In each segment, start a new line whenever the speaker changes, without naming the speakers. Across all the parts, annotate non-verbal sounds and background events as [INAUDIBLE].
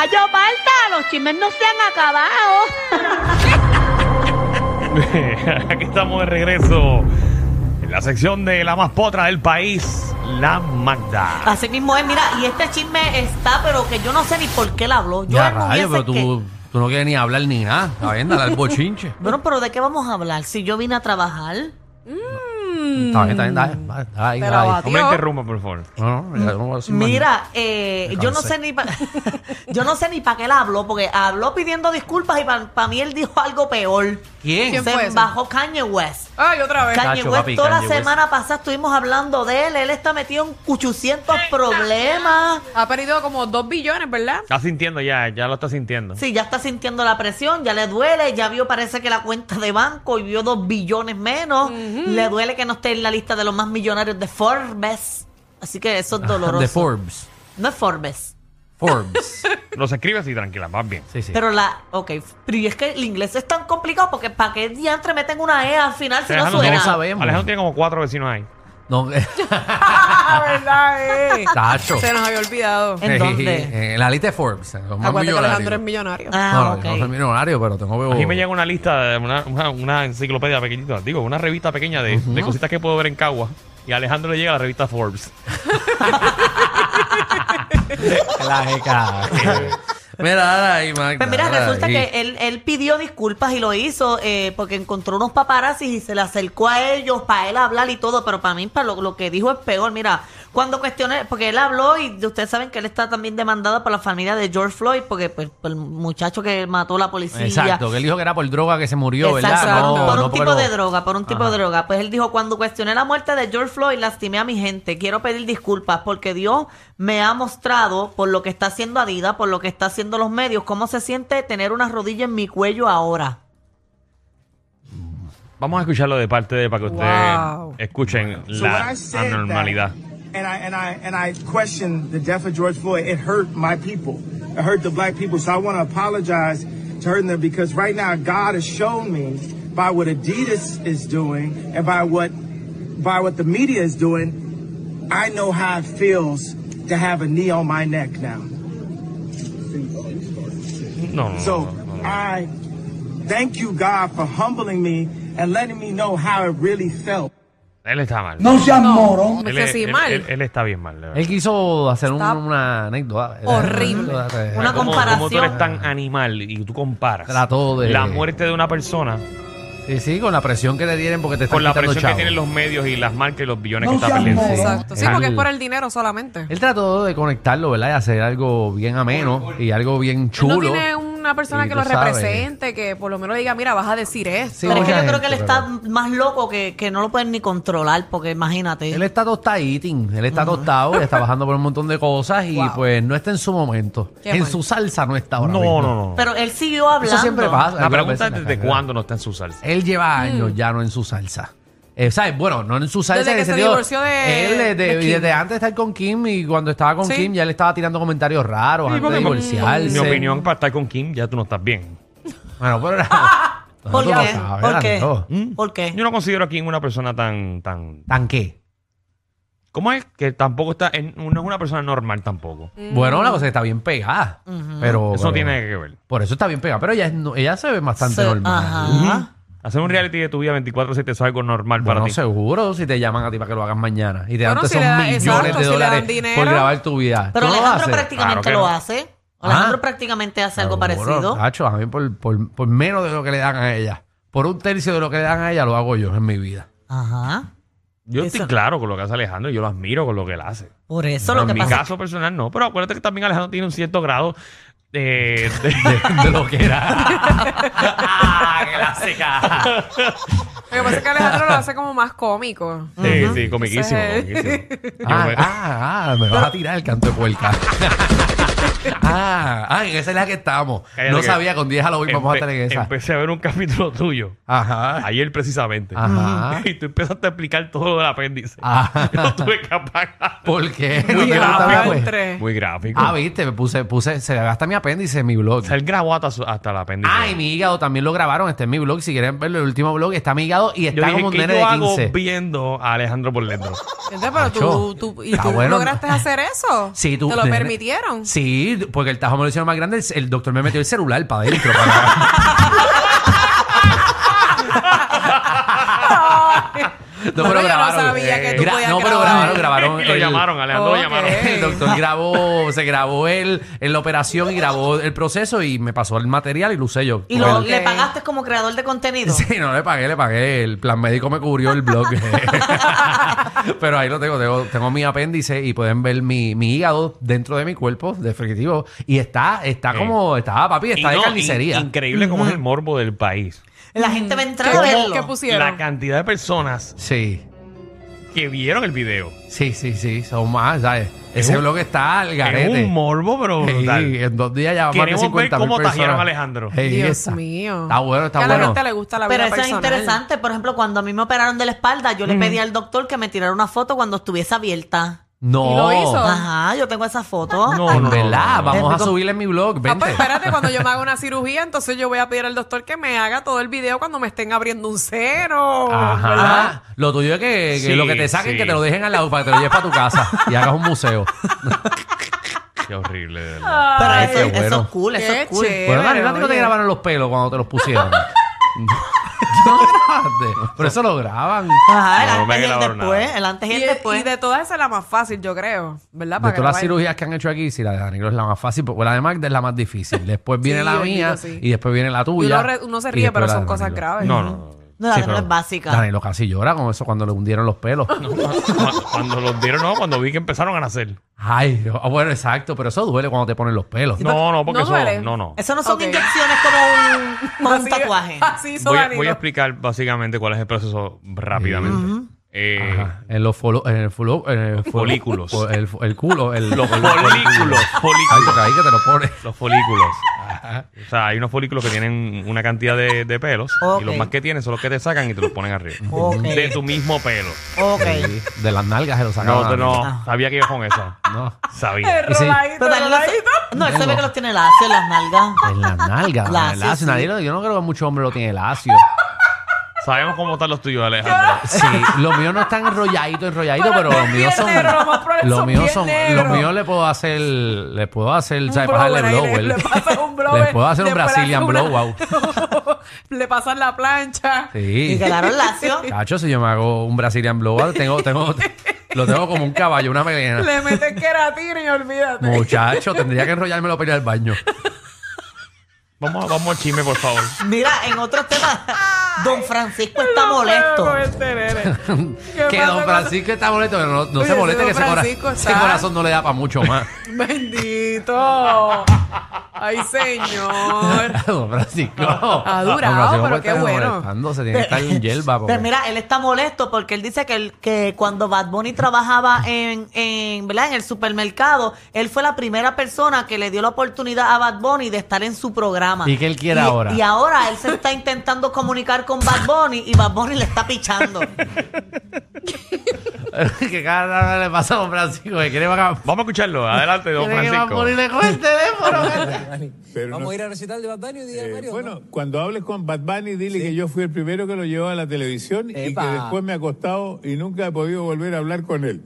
yo, Marta, los chismes no se han acabado.
[LAUGHS] Aquí estamos de regreso en la sección de la más potra del país, la Magda.
Así mismo es, mira, y este chisme está, pero que yo no sé ni por qué la habló. Yo
Ya,
no hubiese
rayo, pero tú,
que-
tú no quieres ni hablar ni nada. Está bien, dale
[LAUGHS]
al bochinche.
Bueno, pero ¿de qué vamos a hablar? Si yo vine a trabajar.
Está bien, está bien, dale. dale, dale,
Pero
dale.
abatió.
No me interrumpa, por favor.
No, no, ya no voy a decir más nada.
Mira, eh,
Me
yo no
cansé.
sé ni pa- [LAUGHS] yo no sé ni para qué la habló, porque habló pidiendo disculpas y para mí él dijo algo peor.
¿Quién?
¿Quién?
Se
fue ese?
bajó Kanye West.
Ay, otra vez.
Kanye
Chacho,
West,
papi,
toda
Kanye
la
West.
semana pasada estuvimos hablando de él. Él está metido en 800 problemas.
Ha perdido como dos billones, ¿verdad?
Está sintiendo ya, ya lo está sintiendo.
Sí, ya está sintiendo la presión, ya le duele, ya vio, parece que la cuenta de banco y vio dos billones menos. Le duele que no esté en la lista de los más millonarios de Forbes. Así que eso es doloroso.
De Forbes.
No es Forbes. [LAUGHS]
Forbes.
Los escribe así, tranquila, más bien.
Sí, sí.
Pero la, ok, pero y es que el inglés es tan complicado porque ¿para qué diantre meten una E al final si no
Alejandro
suena?
tiene-
sabemos.
Alejandro tiene como cuatro vecinos ahí.
No, [LAUGHS] eh,
Ah, verdad, eh.
tacho.
Se nos había olvidado.
¿En dónde?
En eh, la lista de Forbes. eh, Los más
Acuérdate que Alejandro es
millonarios.
millonario.
Ah,
No,
ok.
no soy millonario, pero tengo bebo.
Aquí me llega una lista, de una, una, una enciclopedia pequeñita, digo, una revista pequeña de, de cositas que puedo ver en Cagua. Y a Alejandro le llega la revista Forbes.
La jeca. [LAUGHS] Mira, dale ahí, Magda,
Pues mira,
dale
resulta
ahí.
que él, él pidió disculpas y lo hizo eh, porque encontró unos paparazzis y se le acercó a ellos para él hablar y todo, pero para mí para lo, lo que dijo es peor. Mira, cuando cuestioné, porque él habló y ustedes saben que él está también demandado por la familia de George Floyd, porque pues, por el muchacho que mató a la policía.
Exacto, que él dijo que era por droga que se murió, ¿verdad?
Exacto, por un
porque
tipo
lo-
de droga, por un tipo
Ajá.
de droga. Pues él dijo, cuando cuestioné la muerte de George Floyd, lastimé a mi gente. Quiero pedir disculpas porque Dios me ha mostrado por lo que está haciendo Adidas, por lo que está haciendo los medios, cómo se siente tener una rodilla en mi cuello ahora.
Vamos a escucharlo de parte de para que ustedes
Wow.
escuchen
So when I
la
said
anormalidad.
That, and I and I and I questioned the death of George Floyd. It hurt my people. It hurt the black people. So I want to apologize to her in there because right now God has shown me by what Adidas is doing and by what by what the media is doing, I know how it feels to have a knee on my neck now.
No, no,
So
no, no, no.
I thank you God for humbling me and letting me know how it really felt.
Él está mal.
Me
él,
hice así
él-
mal.
él- él está bien mal. de verdad.
Él quiso hacer un-
Está
una anécdota.
horrible.
Una
Como- Como tú
comparación.
eres tan animal y tú comparas
Trató de-
la muerte de una persona
Sí, sí, con la presión que le tienen porque te están
con la
quitando
presión que
chavo.
tienen los medios y las marcas y los billones que está perdiendo.
Exacto. Sí,
Al-
porque es por el dinero solamente.
Él trató de conectarlo, ¿verdad? Y hacer algo bien ameno y algo bien
Él
chulo.
no tiene una persona
Y
que
tú
lo
sabes.
represente, que por lo menos le diga, mira, vas a decir esto.
Sí,
pero es que yo
mucha
creo que él
gente,
está más loco que, que no lo pueden ni controlar, porque imagínate.
Él está tostadín, él está tostado
[LAUGHS]
y está bajando por un montón de cosas y
Wow.
pues no está en su momento.
Qué
En
mal.
su salsa no está ahora
No,
mismo.
no, no.
pero él siguió hablando.
Eso siempre pasa.
La pregunta es
Algunas veces
desde
la-
cuándo no está en su salsa.
Él lleva
Mm.
años ya no en su salsa. Eh, ¿Sabes? Bueno, no en su salsa.
Desde
en
que
el
se
sentido-
divorció de-
Él desde,
de Kim.
desde antes de estar con Kim y cuando estaba con
Sí.
Kim ya le estaba tirando comentarios raros antes de
porque-
divorciarse.
Mi opinión para estar con Kim, ya tú no estás bien.
Bueno, pero...
¿Por
Tú
qué?
no sabes,
¿Por qué?
Danilo.
¿Por qué?
¿Mm? Yo no considero a Kim una persona tan, tan,
¿Tan qué?
¿cómo es? Que tampoco está, en- no es una persona normal tampoco.
Bueno, la cosa es que está bien pegada. Pero.
Eso no
Oh, pero-
tiene que ver.
Por eso está bien pegada. Pero ella, es no- ella se ve bastante
Se-
normal.
Ajá.
¿Mm? Hacer un reality de tu vida 24-7 es algo normal
Bueno,
para ti.
seguro si te llaman a ti para que lo hagas mañana. Y te dan
Bueno,
todos
si
esos
le da-
millones
exacto,
de
si le dan
dólares por
dinero.
grabar tu vida.
Pero
¿Tú no lo
Alejandro
haces?
prácticamente
Claro que
lo
no.
hace. Alejandro
Ah.
prácticamente hace algo
Seguro,
parecido.
tacho, a mí por, por- por menos de lo que le dan a ella. Por un tercio de lo que le dan a ella lo hago yo en mi vida. [LAUGHS]
Ajá.
Yo estoy
Eso-
claro con lo que hace Alejandro y yo lo admiro con lo que él hace.
Por eso
Pero
lo que
en mi
pasa.
caso personal no, pero acuérdate que también Alejandro tiene un cierto grado eh, de...
De, de lo que era. clásica!
Lo que pasa es que Alejandro lo hace como más cómico.
de- [LAUGHS] sí, sí, comiquísimo.
Ese-
comiquísimo. Yo
Ah,
me-
ah, ah, me vas a tirar el canto de puerca.
[LAUGHS]
ah, ah, en esa es la que estamos.
Cállate
no
que-
sabía, con 10 a la hoy vamos a
empe-
estar en esa.
Empecé a ver un capítulo tuyo,
Ajá.
ayer precisamente.
Ajá.
[LAUGHS]
Ah.
Y tú empezaste a explicar todo lo del apéndice.
Ajá.
[LAUGHS] Yo no tuve que apagar.
¿Por qué?
Muy
te gusta
gráfico
hablar, pues?
entre-
Muy gráfico.
Ah, viste, me puse, puse, se gasta mi apéndice en mi blog.
O sea, él grabó hasta, su- hasta el apéndice.
este Ah, y mi hígado también lo grabaron, está en mi blog. Si quieren verlo, el último blog está mi hígado demasiado y
Yo
está
dije,
como un
¿qué
nene
yo
de
hago
15.
viendo a Alejandro por dentro?
Entonces, pero
Acho,
tú, tú, ¿y
está
tú
bueno.
lograste hacer eso?
Sí, tú- [LAUGHS]
¿Te lo
nene.
permitieron?
Sí, porque el tajo me lo hicieron más grande. El, el doctor me metió el celular para adentro.
[LAUGHS]
para-
Bueno, yo no sabía que tú podías
eh, no, pero grabaron,
grabar.
[LAUGHS]
grabaron.
Lo llamaron, Alejandro
Ok.
lo llamaron.
El doctor grabó, se grabó él en la operación y grabó el proceso y me pasó el material y lo usé yo.
¿Y lo,
Porque-
le pagaste como creador de contenido?
[LAUGHS] Sí, no le pagué, le pagué. El plan médico me cubrió
[LAUGHS]
el blog. Pero ahí lo tengo, tengo, tengo mi apéndice y pueden ver mi, mi hígado dentro de mi cuerpo, definitivo. Y está, está
Sí.
como, está, papi, está
Y
de
no,
carnicería.
in- increíble cómo es el morbo del país.
La gente va a entrar a
¿Qué, qué
verlo.
La
pusieron?
cantidad de personas
sí,
que vieron el video.
sí, sí, sí, son más, ¿sabes? Ese
un-
blog está al
Es
garete.
un morbo, pero
Sí,
brutal.
en dos días ya más de
Queremos
50
ver cómo
mil personas. Eh.
tajearon a Alejandro.
Sí,
Dios
está.
mío.
Está bueno, está
Que A la
bueno.
gente le gusta la vida
Pero eso es
personal.
interesante. Por ejemplo, cuando a mí me operaron de la espalda, yo le pedí al doctor que me tirara una foto cuando estuviese abierta.
No.
¿Y lo hizo?
Ajá, yo tengo esa foto.
No,
En
no,
verdad,
no, no.
vamos a subirle en mi blog.
Ah,
Vente.
pues espérate, cuando yo me haga una cirugía, entonces yo voy a pedir al doctor que me haga todo el video cuando me estén abriendo un seno.
Ajá.
¿verdad?
Lo tuyo es que, que
Sí,
lo que te saquen,
sí.
que te lo dejen al lado para que te lo lleves para tu casa y hagas un museo.
Qué horrible, de verdad.
Pero
Ah,
Ay,
eso,
qué
eso
bueno.
es cool, eso
[LAUGHS] Qué
es cool.
chévere,
bueno, Dani, Pues, ¿no a ti no te
oye.
grabaron los pelos cuando te los
[LAUGHS]
pusieron? [LAUGHS] no grabaste. Por eso lo graban.
Ah,
Ajá, el
No, no me
antes y el
grabaron
después.
nada.
El antes y
Y,
el
de-
después.
y de todas esa es la más fácil, yo creo. ¿Verdad?
De
Para
todas las
grabar.
cirugías que han hecho aquí, sí, la de Danilo es la más fácil, porque la de Magda es la más difícil. Después viene
Sí,
la
bendito,
mía
sí.
y después viene la tuya.
uno, re- uno se
y
ríe,
después
pero
la de
son cosas
Danilo.
graves.
No, no, no.
no, la
Sí,
de
pero
no es básica.
Danilo casi llora con eso cuando le hundieron los
[LAUGHS]
pelos.
Cu- Cuando los dieron, no, cuando vi que empezaron a nacer.
Ay, Dios. Ah, bueno, exacto, pero eso duele cuando te ponen los pelos.
No, no, porque
¿no
eso.
duele?
No, no.
Eso no son
Ok.
inyecciones como
[LAUGHS]
un, como un
[LAUGHS] Así-
tatuaje.
Así son
Voy a,
Danilo.
voy a explicar básicamente cuál es el proceso rápidamente. Eh,
Ajá. En los folo- en el folo- en el fo-
Folículos.
fo- El, el culo. El,
Los
el-
folículos.
Ay,
folículos.
porque ahí que te lo pones.
Los folículos. O sea, hay unos folículos que tienen una cantidad de, de pelos.
Ok.
Y los más que tienen son los que te sacan y te los ponen arriba.
Ok.
De tu mismo pelo.
Ok.
Sí, De las nalgas se lo sacaban.
No, no, no. Sabía que iba con esa.
No.
Sabía.
Y sí,
Roladito,
Pero Danilo se-
roladito.
no, él se ve que los tiene lacio en las nalgas.
En las nalgas. en
Lacio,
el lacio.
sí.
Nadie lo- yo no creo que mucho hombre lo tiene lacio.
Sabemos cómo están los tuyos,
[LAUGHS]
Alejandro.
Sí, los míos no están enrolladitos, enrolladitos,
Pero
pero los
bien
míos son.
negro, lo más probable
Los
son
míos
bien
son.
negro.
Los míos le puedo hacer. Le puedo hacer.
Un
¿Sabes? Pasarle
blower
blower.
ahí, le- le pasas un blower,
Le puedo hacer un
después le
Brazilian
haces una-
blow, wow.
[LAUGHS] Le pasan la plancha.
Sí.
Y quedaron lacio.
Cacho, si yo me hago un Brazilian blowout, tengo,
[LAUGHS]
tengo, lo tengo como un caballo, una melena.
Le meten queratina y olvídate.
Muchacho, tendría que enrollármelo para ir al baño.
Vamos, vamos al chisme, por favor.
Mira, en otros temas, don Francisco pues, está
No puedo
molesto.
con este nene. [LAUGHS]
[LAUGHS]
¿Qué
Que
pasa
don
con-
Francisco está molesto, pero no, no
Oye,
se
ese
moleste
don
que ese, cora-
Francisco
ese
está-
corazón no le da para mucho
[LAUGHS]
más. [LAUGHS]
Bendito. Ay, señor.
don Francisco.
Ha durado,
Don Francisco
pero
puede
qué
estar
bueno.
molestando, Se tiene que estar en hierba. porque-
Pero Pues mira, él está molesto porque él dice que, él- que cuando Bad Bunny trabajaba en, en, ¿verdad? en el supermercado, él fue la primera persona que le dio la oportunidad a Bad Bunny de estar en su programa.
¿Y qué él quiere ahora?
Y ahora él se está intentando comunicar con Bad Bunny y Bad Bunny le está pichando.
[LAUGHS] ¿Qué cara le pasa a don Francisco? Que quiere va a-
Vamos a escucharlo. Adelante, don
quiere que va a
Francisco.
ponerle con el teléfono.
Pero
Vamos
no-
a ir a recitar de Bad Bunny un día,
eh,
Mario.
bueno, cuando hables con Bad Bunny, dile que yo fui el primero que lo llevó a la televisión y que
Epa.
después me ha costado y nunca he podido volver a hablar con él.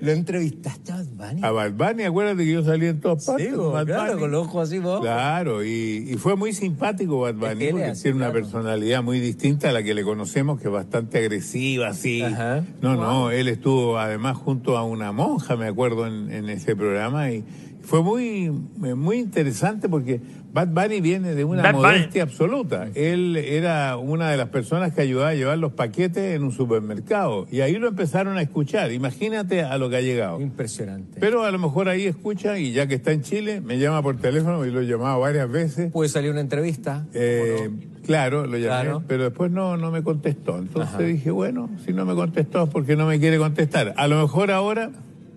¿Lo entrevistaste a Bad Bunny?
A Bad Bunny, acuérdate que yo salí en todas partes.
Digo,
Bad
claro,
Bunny.
con los ojos así vos.
Claro, y, y fue muy simpático Bad
Es
Bunny,
que él
porque
es así,
tiene una
claro.
personalidad muy distinta a la que le conocemos, que es bastante agresiva, así.
Ajá.
No, no, él estuvo además junto a una monja, me acuerdo, en, en ese programa, y fue muy, eh, muy interesante porque Bad Bunny viene de una
Bad Bunny.
modestia absoluta. Él era una de las personas que ayudaba a llevar los paquetes en un supermercado, y ahí lo empezaron a escuchar. Imagínate a lo que ha llegado.
Impresionante.
Pero a lo mejor ahí escucha y ya que está en Chile, me llama por teléfono y lo he llamado varias veces.
Puede salir una entrevista. ¿cómo
Eh,
no?
Claro, lo llamé,
Claro.
pero después no, no me contestó. Entonces dije, bueno, si no me contestó es porque no me quiere contestar. A lo mejor ahora,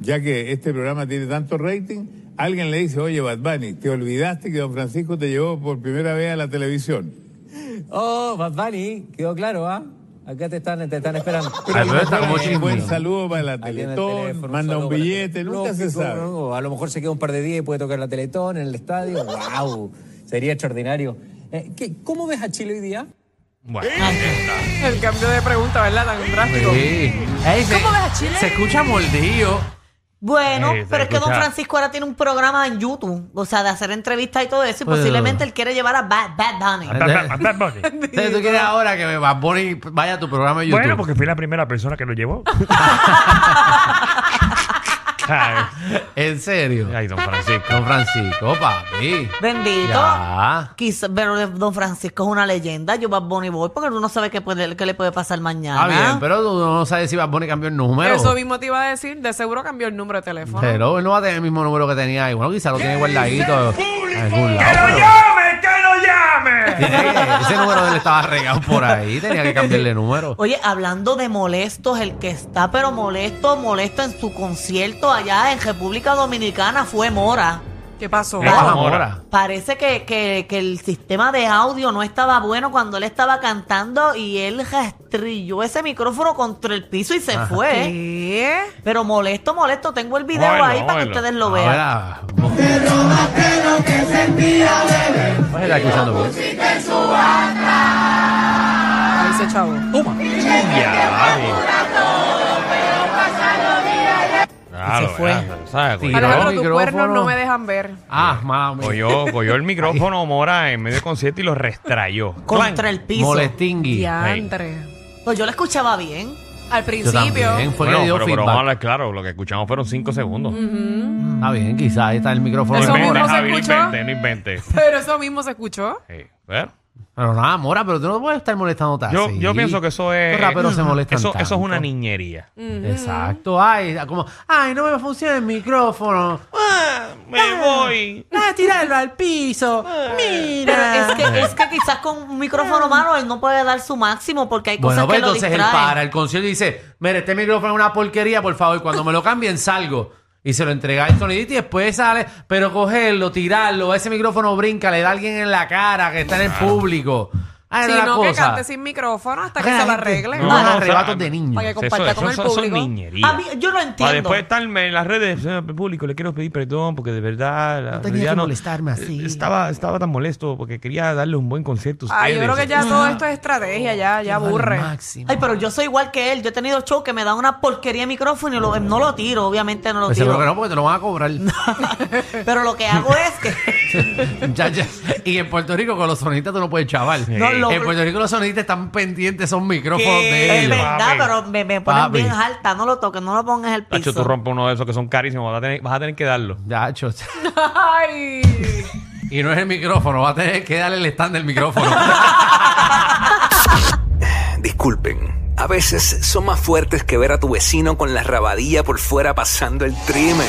ya que este programa tiene tanto rating, alguien le dice, oye, Bad Bunny, te olvidaste que don Francisco te llevó por primera vez a la televisión. Eh.
Oh, Bad Bunny, quedó claro, ¿ah? Acá te están, te están esperando.
Pero
Ah,
a lo
pero está
mejor
como
hay un buen
chisme.
saludo para la
Ahí tiene el
Teletón,
teléfono,
manda
solo
un
para el
billete,
teléfono.
nunca se
Lógico,
sabe.
¿no? A lo mejor se queda un par de días y puede tocar la Teletón en el estadio. ¡Wow! Sería extraordinario. Eh, ¿qué- ¿Cómo ves a Chile hoy día?
[LAUGHS]
Bueno, ahí está.
El cambio de pregunta, ¿verdad? Tan drástico.
Sí. Ey, se,
¿Cómo ves a Chile?
se escucha mordido.
Bueno,
Eh, se
pero es que Don
escucha.
Francisco ahora tiene un programa en YouTube, o sea, de hacer entrevistas y todo eso, y
Eh.
posiblemente él quiere llevar a Bad, Bad Bunny.
Bad- Bad- Bad Bunny.
Entonces, ¿Tú quieres ahora que Bad Bunny vaya a tu programa de [LAUGHS] YouTube?
Bueno, porque fui la primera persona que lo
[LAUGHS]
llevó.
Ay,
En serio.
Ay, don
[LAUGHS]
Francisco.
Don Francisco, papi.
Bendito.
Ya.
Quizá- pero Don Francisco es una leyenda. Yo Bad Bunny voy porque uno sabe qué, puede- qué le puede pasar mañana.
Ah, bien, pero tú no sabes si Bad Bunny cambió el número.
Eso mismo te iba a decir. De seguro cambió el número de teléfono.
Pero él no va a tener el mismo número que tenía ahí. Bueno, quizá lo tiene guardadito. en algún
¡Que
lado,
lo
pero
llame! ¡Que lo llame!
tiene que- Ese número de él estaba regado por ahí. Tenía que cambiarle número.
Oye, hablando de molestos, el que está pero molesto, molesto en su concierto allá en República Dominicana fue Mora.
¿Qué pasó?
Eh,
Ah,
Mora.
Mora.
Parece que, que- que el sistema de audio no estaba bueno cuando él estaba cantando y él rastrilló ese micrófono contra el piso y se fue.
¿Qué?
Pero molesto, molesto, tengo el video
Bueno,
ahí para que
bueno.
ustedes lo vean.
Ahora. Pues está escuchando bien.
Ahí se chavo.
Claro,
fue.
¿verdad? ¿Sabes?
Sí.
Cogió-
Alejandro, tus
micrófono.
cuernos no me dejan ver.
Ah, mami.
Cogió, cogió el micrófono Mora en medio del concierto y lo restrayó.
Contra el piso.
Molestingui.
Diantre.
Pues yo lo escuchaba bien.
Al
Yo
principio.
también. Fue que
Bueno,
le dio
pero, pero
feedback.
vamos a hablar claro, lo que escuchamos fueron 5 segundos.
Está bien, quizás ahí está el micrófono.
Mm. Eso
no
de
mismo
inventes,
Mora.
se
Javi, no
escuchó.
inventes, no ¿eh? inventes.
Pero eso mismo se escuchó.
Sí, bueno.
Pero nada, Mora, pero tú no puedes estar molestando tanto.
Yo, yo pienso que eso es.
Los
[LAUGHS]
raperos se molestan
eso, eso es
tanto.
una niñería.
Exacto. Ay, como, ay, no me funciona el micrófono.
Me voy.
Ah, tirarlo al piso.
Ah.
Mira.
Pero es que, es que quizás con un micrófono malo él no puede dar su máximo porque hay cosas
Bueno, pues
que lo
entonces él
distraen.
para el concierto y dice, mire, este micrófono es una porquería, por favor, cuando me lo cambien salgo. Y se lo entrega a Anthony Ditti y después sale, pero cogerlo, tirarlo, ese micrófono brinca, le da a alguien en la cara que está en el público. Ay,
Si
no, la
no, que
cosa.
cante sin micrófono hasta que
Ay,
se lo
la gente-
arregle.
No, no, arrebatos de niños.
Para que comparta con el público. Ah,
Son niñerías.
A mí- yo lo
Para
entiendo.
después estarme en las redes, señor público, le quiero pedir perdón porque de verdad. la
No tenía
realidad Eh,
que molestarme así.
Estaba, estaba tan molesto porque quería darle un buen concierto a ustedes.
Ay, yo creo que ya todo esto es estrategia, ya, ya
Al
aburre.
máximo.
Ay, pero yo soy igual que él. Yo he tenido shows que me dan una porquería de micrófono y lo- no lo tiro, obviamente no lo
Pues seguro que
tiro.
no, porque te lo van a cobrar.
Pero lo que hago es que
[LAUGHS] Ya, ya. Y en Puerto Rico con los sonistas tú no puedes chaval.
No,
lo-
En Puerto Rico los sonistas están pendientes, son micrófonos de
es
ellos.
verdad,
papi.
pero me, me ponen
Papi.
bien alta. No lo toques, no lo pongas en el
Tacho, tú
piso.
rompes uno de esos que son carísimos. Vas a tener, vas a tener que darlo.
Ya, cho-
[LAUGHS] Ay.
Y no es el micrófono, va a tener que darle el stand del micrófono.
Disculpen, a veces son más fuertes que ver a tu vecino con la rabadilla por fuera pasando el trimen.